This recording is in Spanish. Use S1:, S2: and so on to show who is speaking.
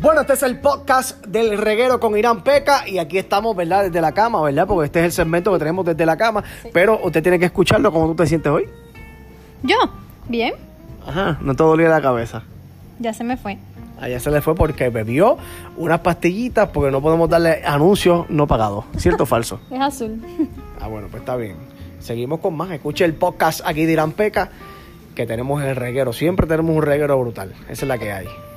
S1: Bueno, este es el podcast del reguero con Irán Peca y aquí estamos, ¿verdad? Desde la cama, ¿verdad? Porque este es el segmento que tenemos desde la cama, pero usted tiene que escucharlo como tú te sientes hoy.
S2: Yo, bien,
S1: Ajá, no te dolía la cabeza.
S2: ya se me fue.
S1: Allá se le fue porque bebió unas pastillitas porque no podemos darle anuncios no pagados. ¿Cierto o falso?
S2: Es azul.
S1: Ah, bueno, pues está bien. Seguimos con más. Escuche el podcast aquí de Irán Peca que tenemos el reguero. Siempre tenemos un reguero brutal. Esa es la que hay.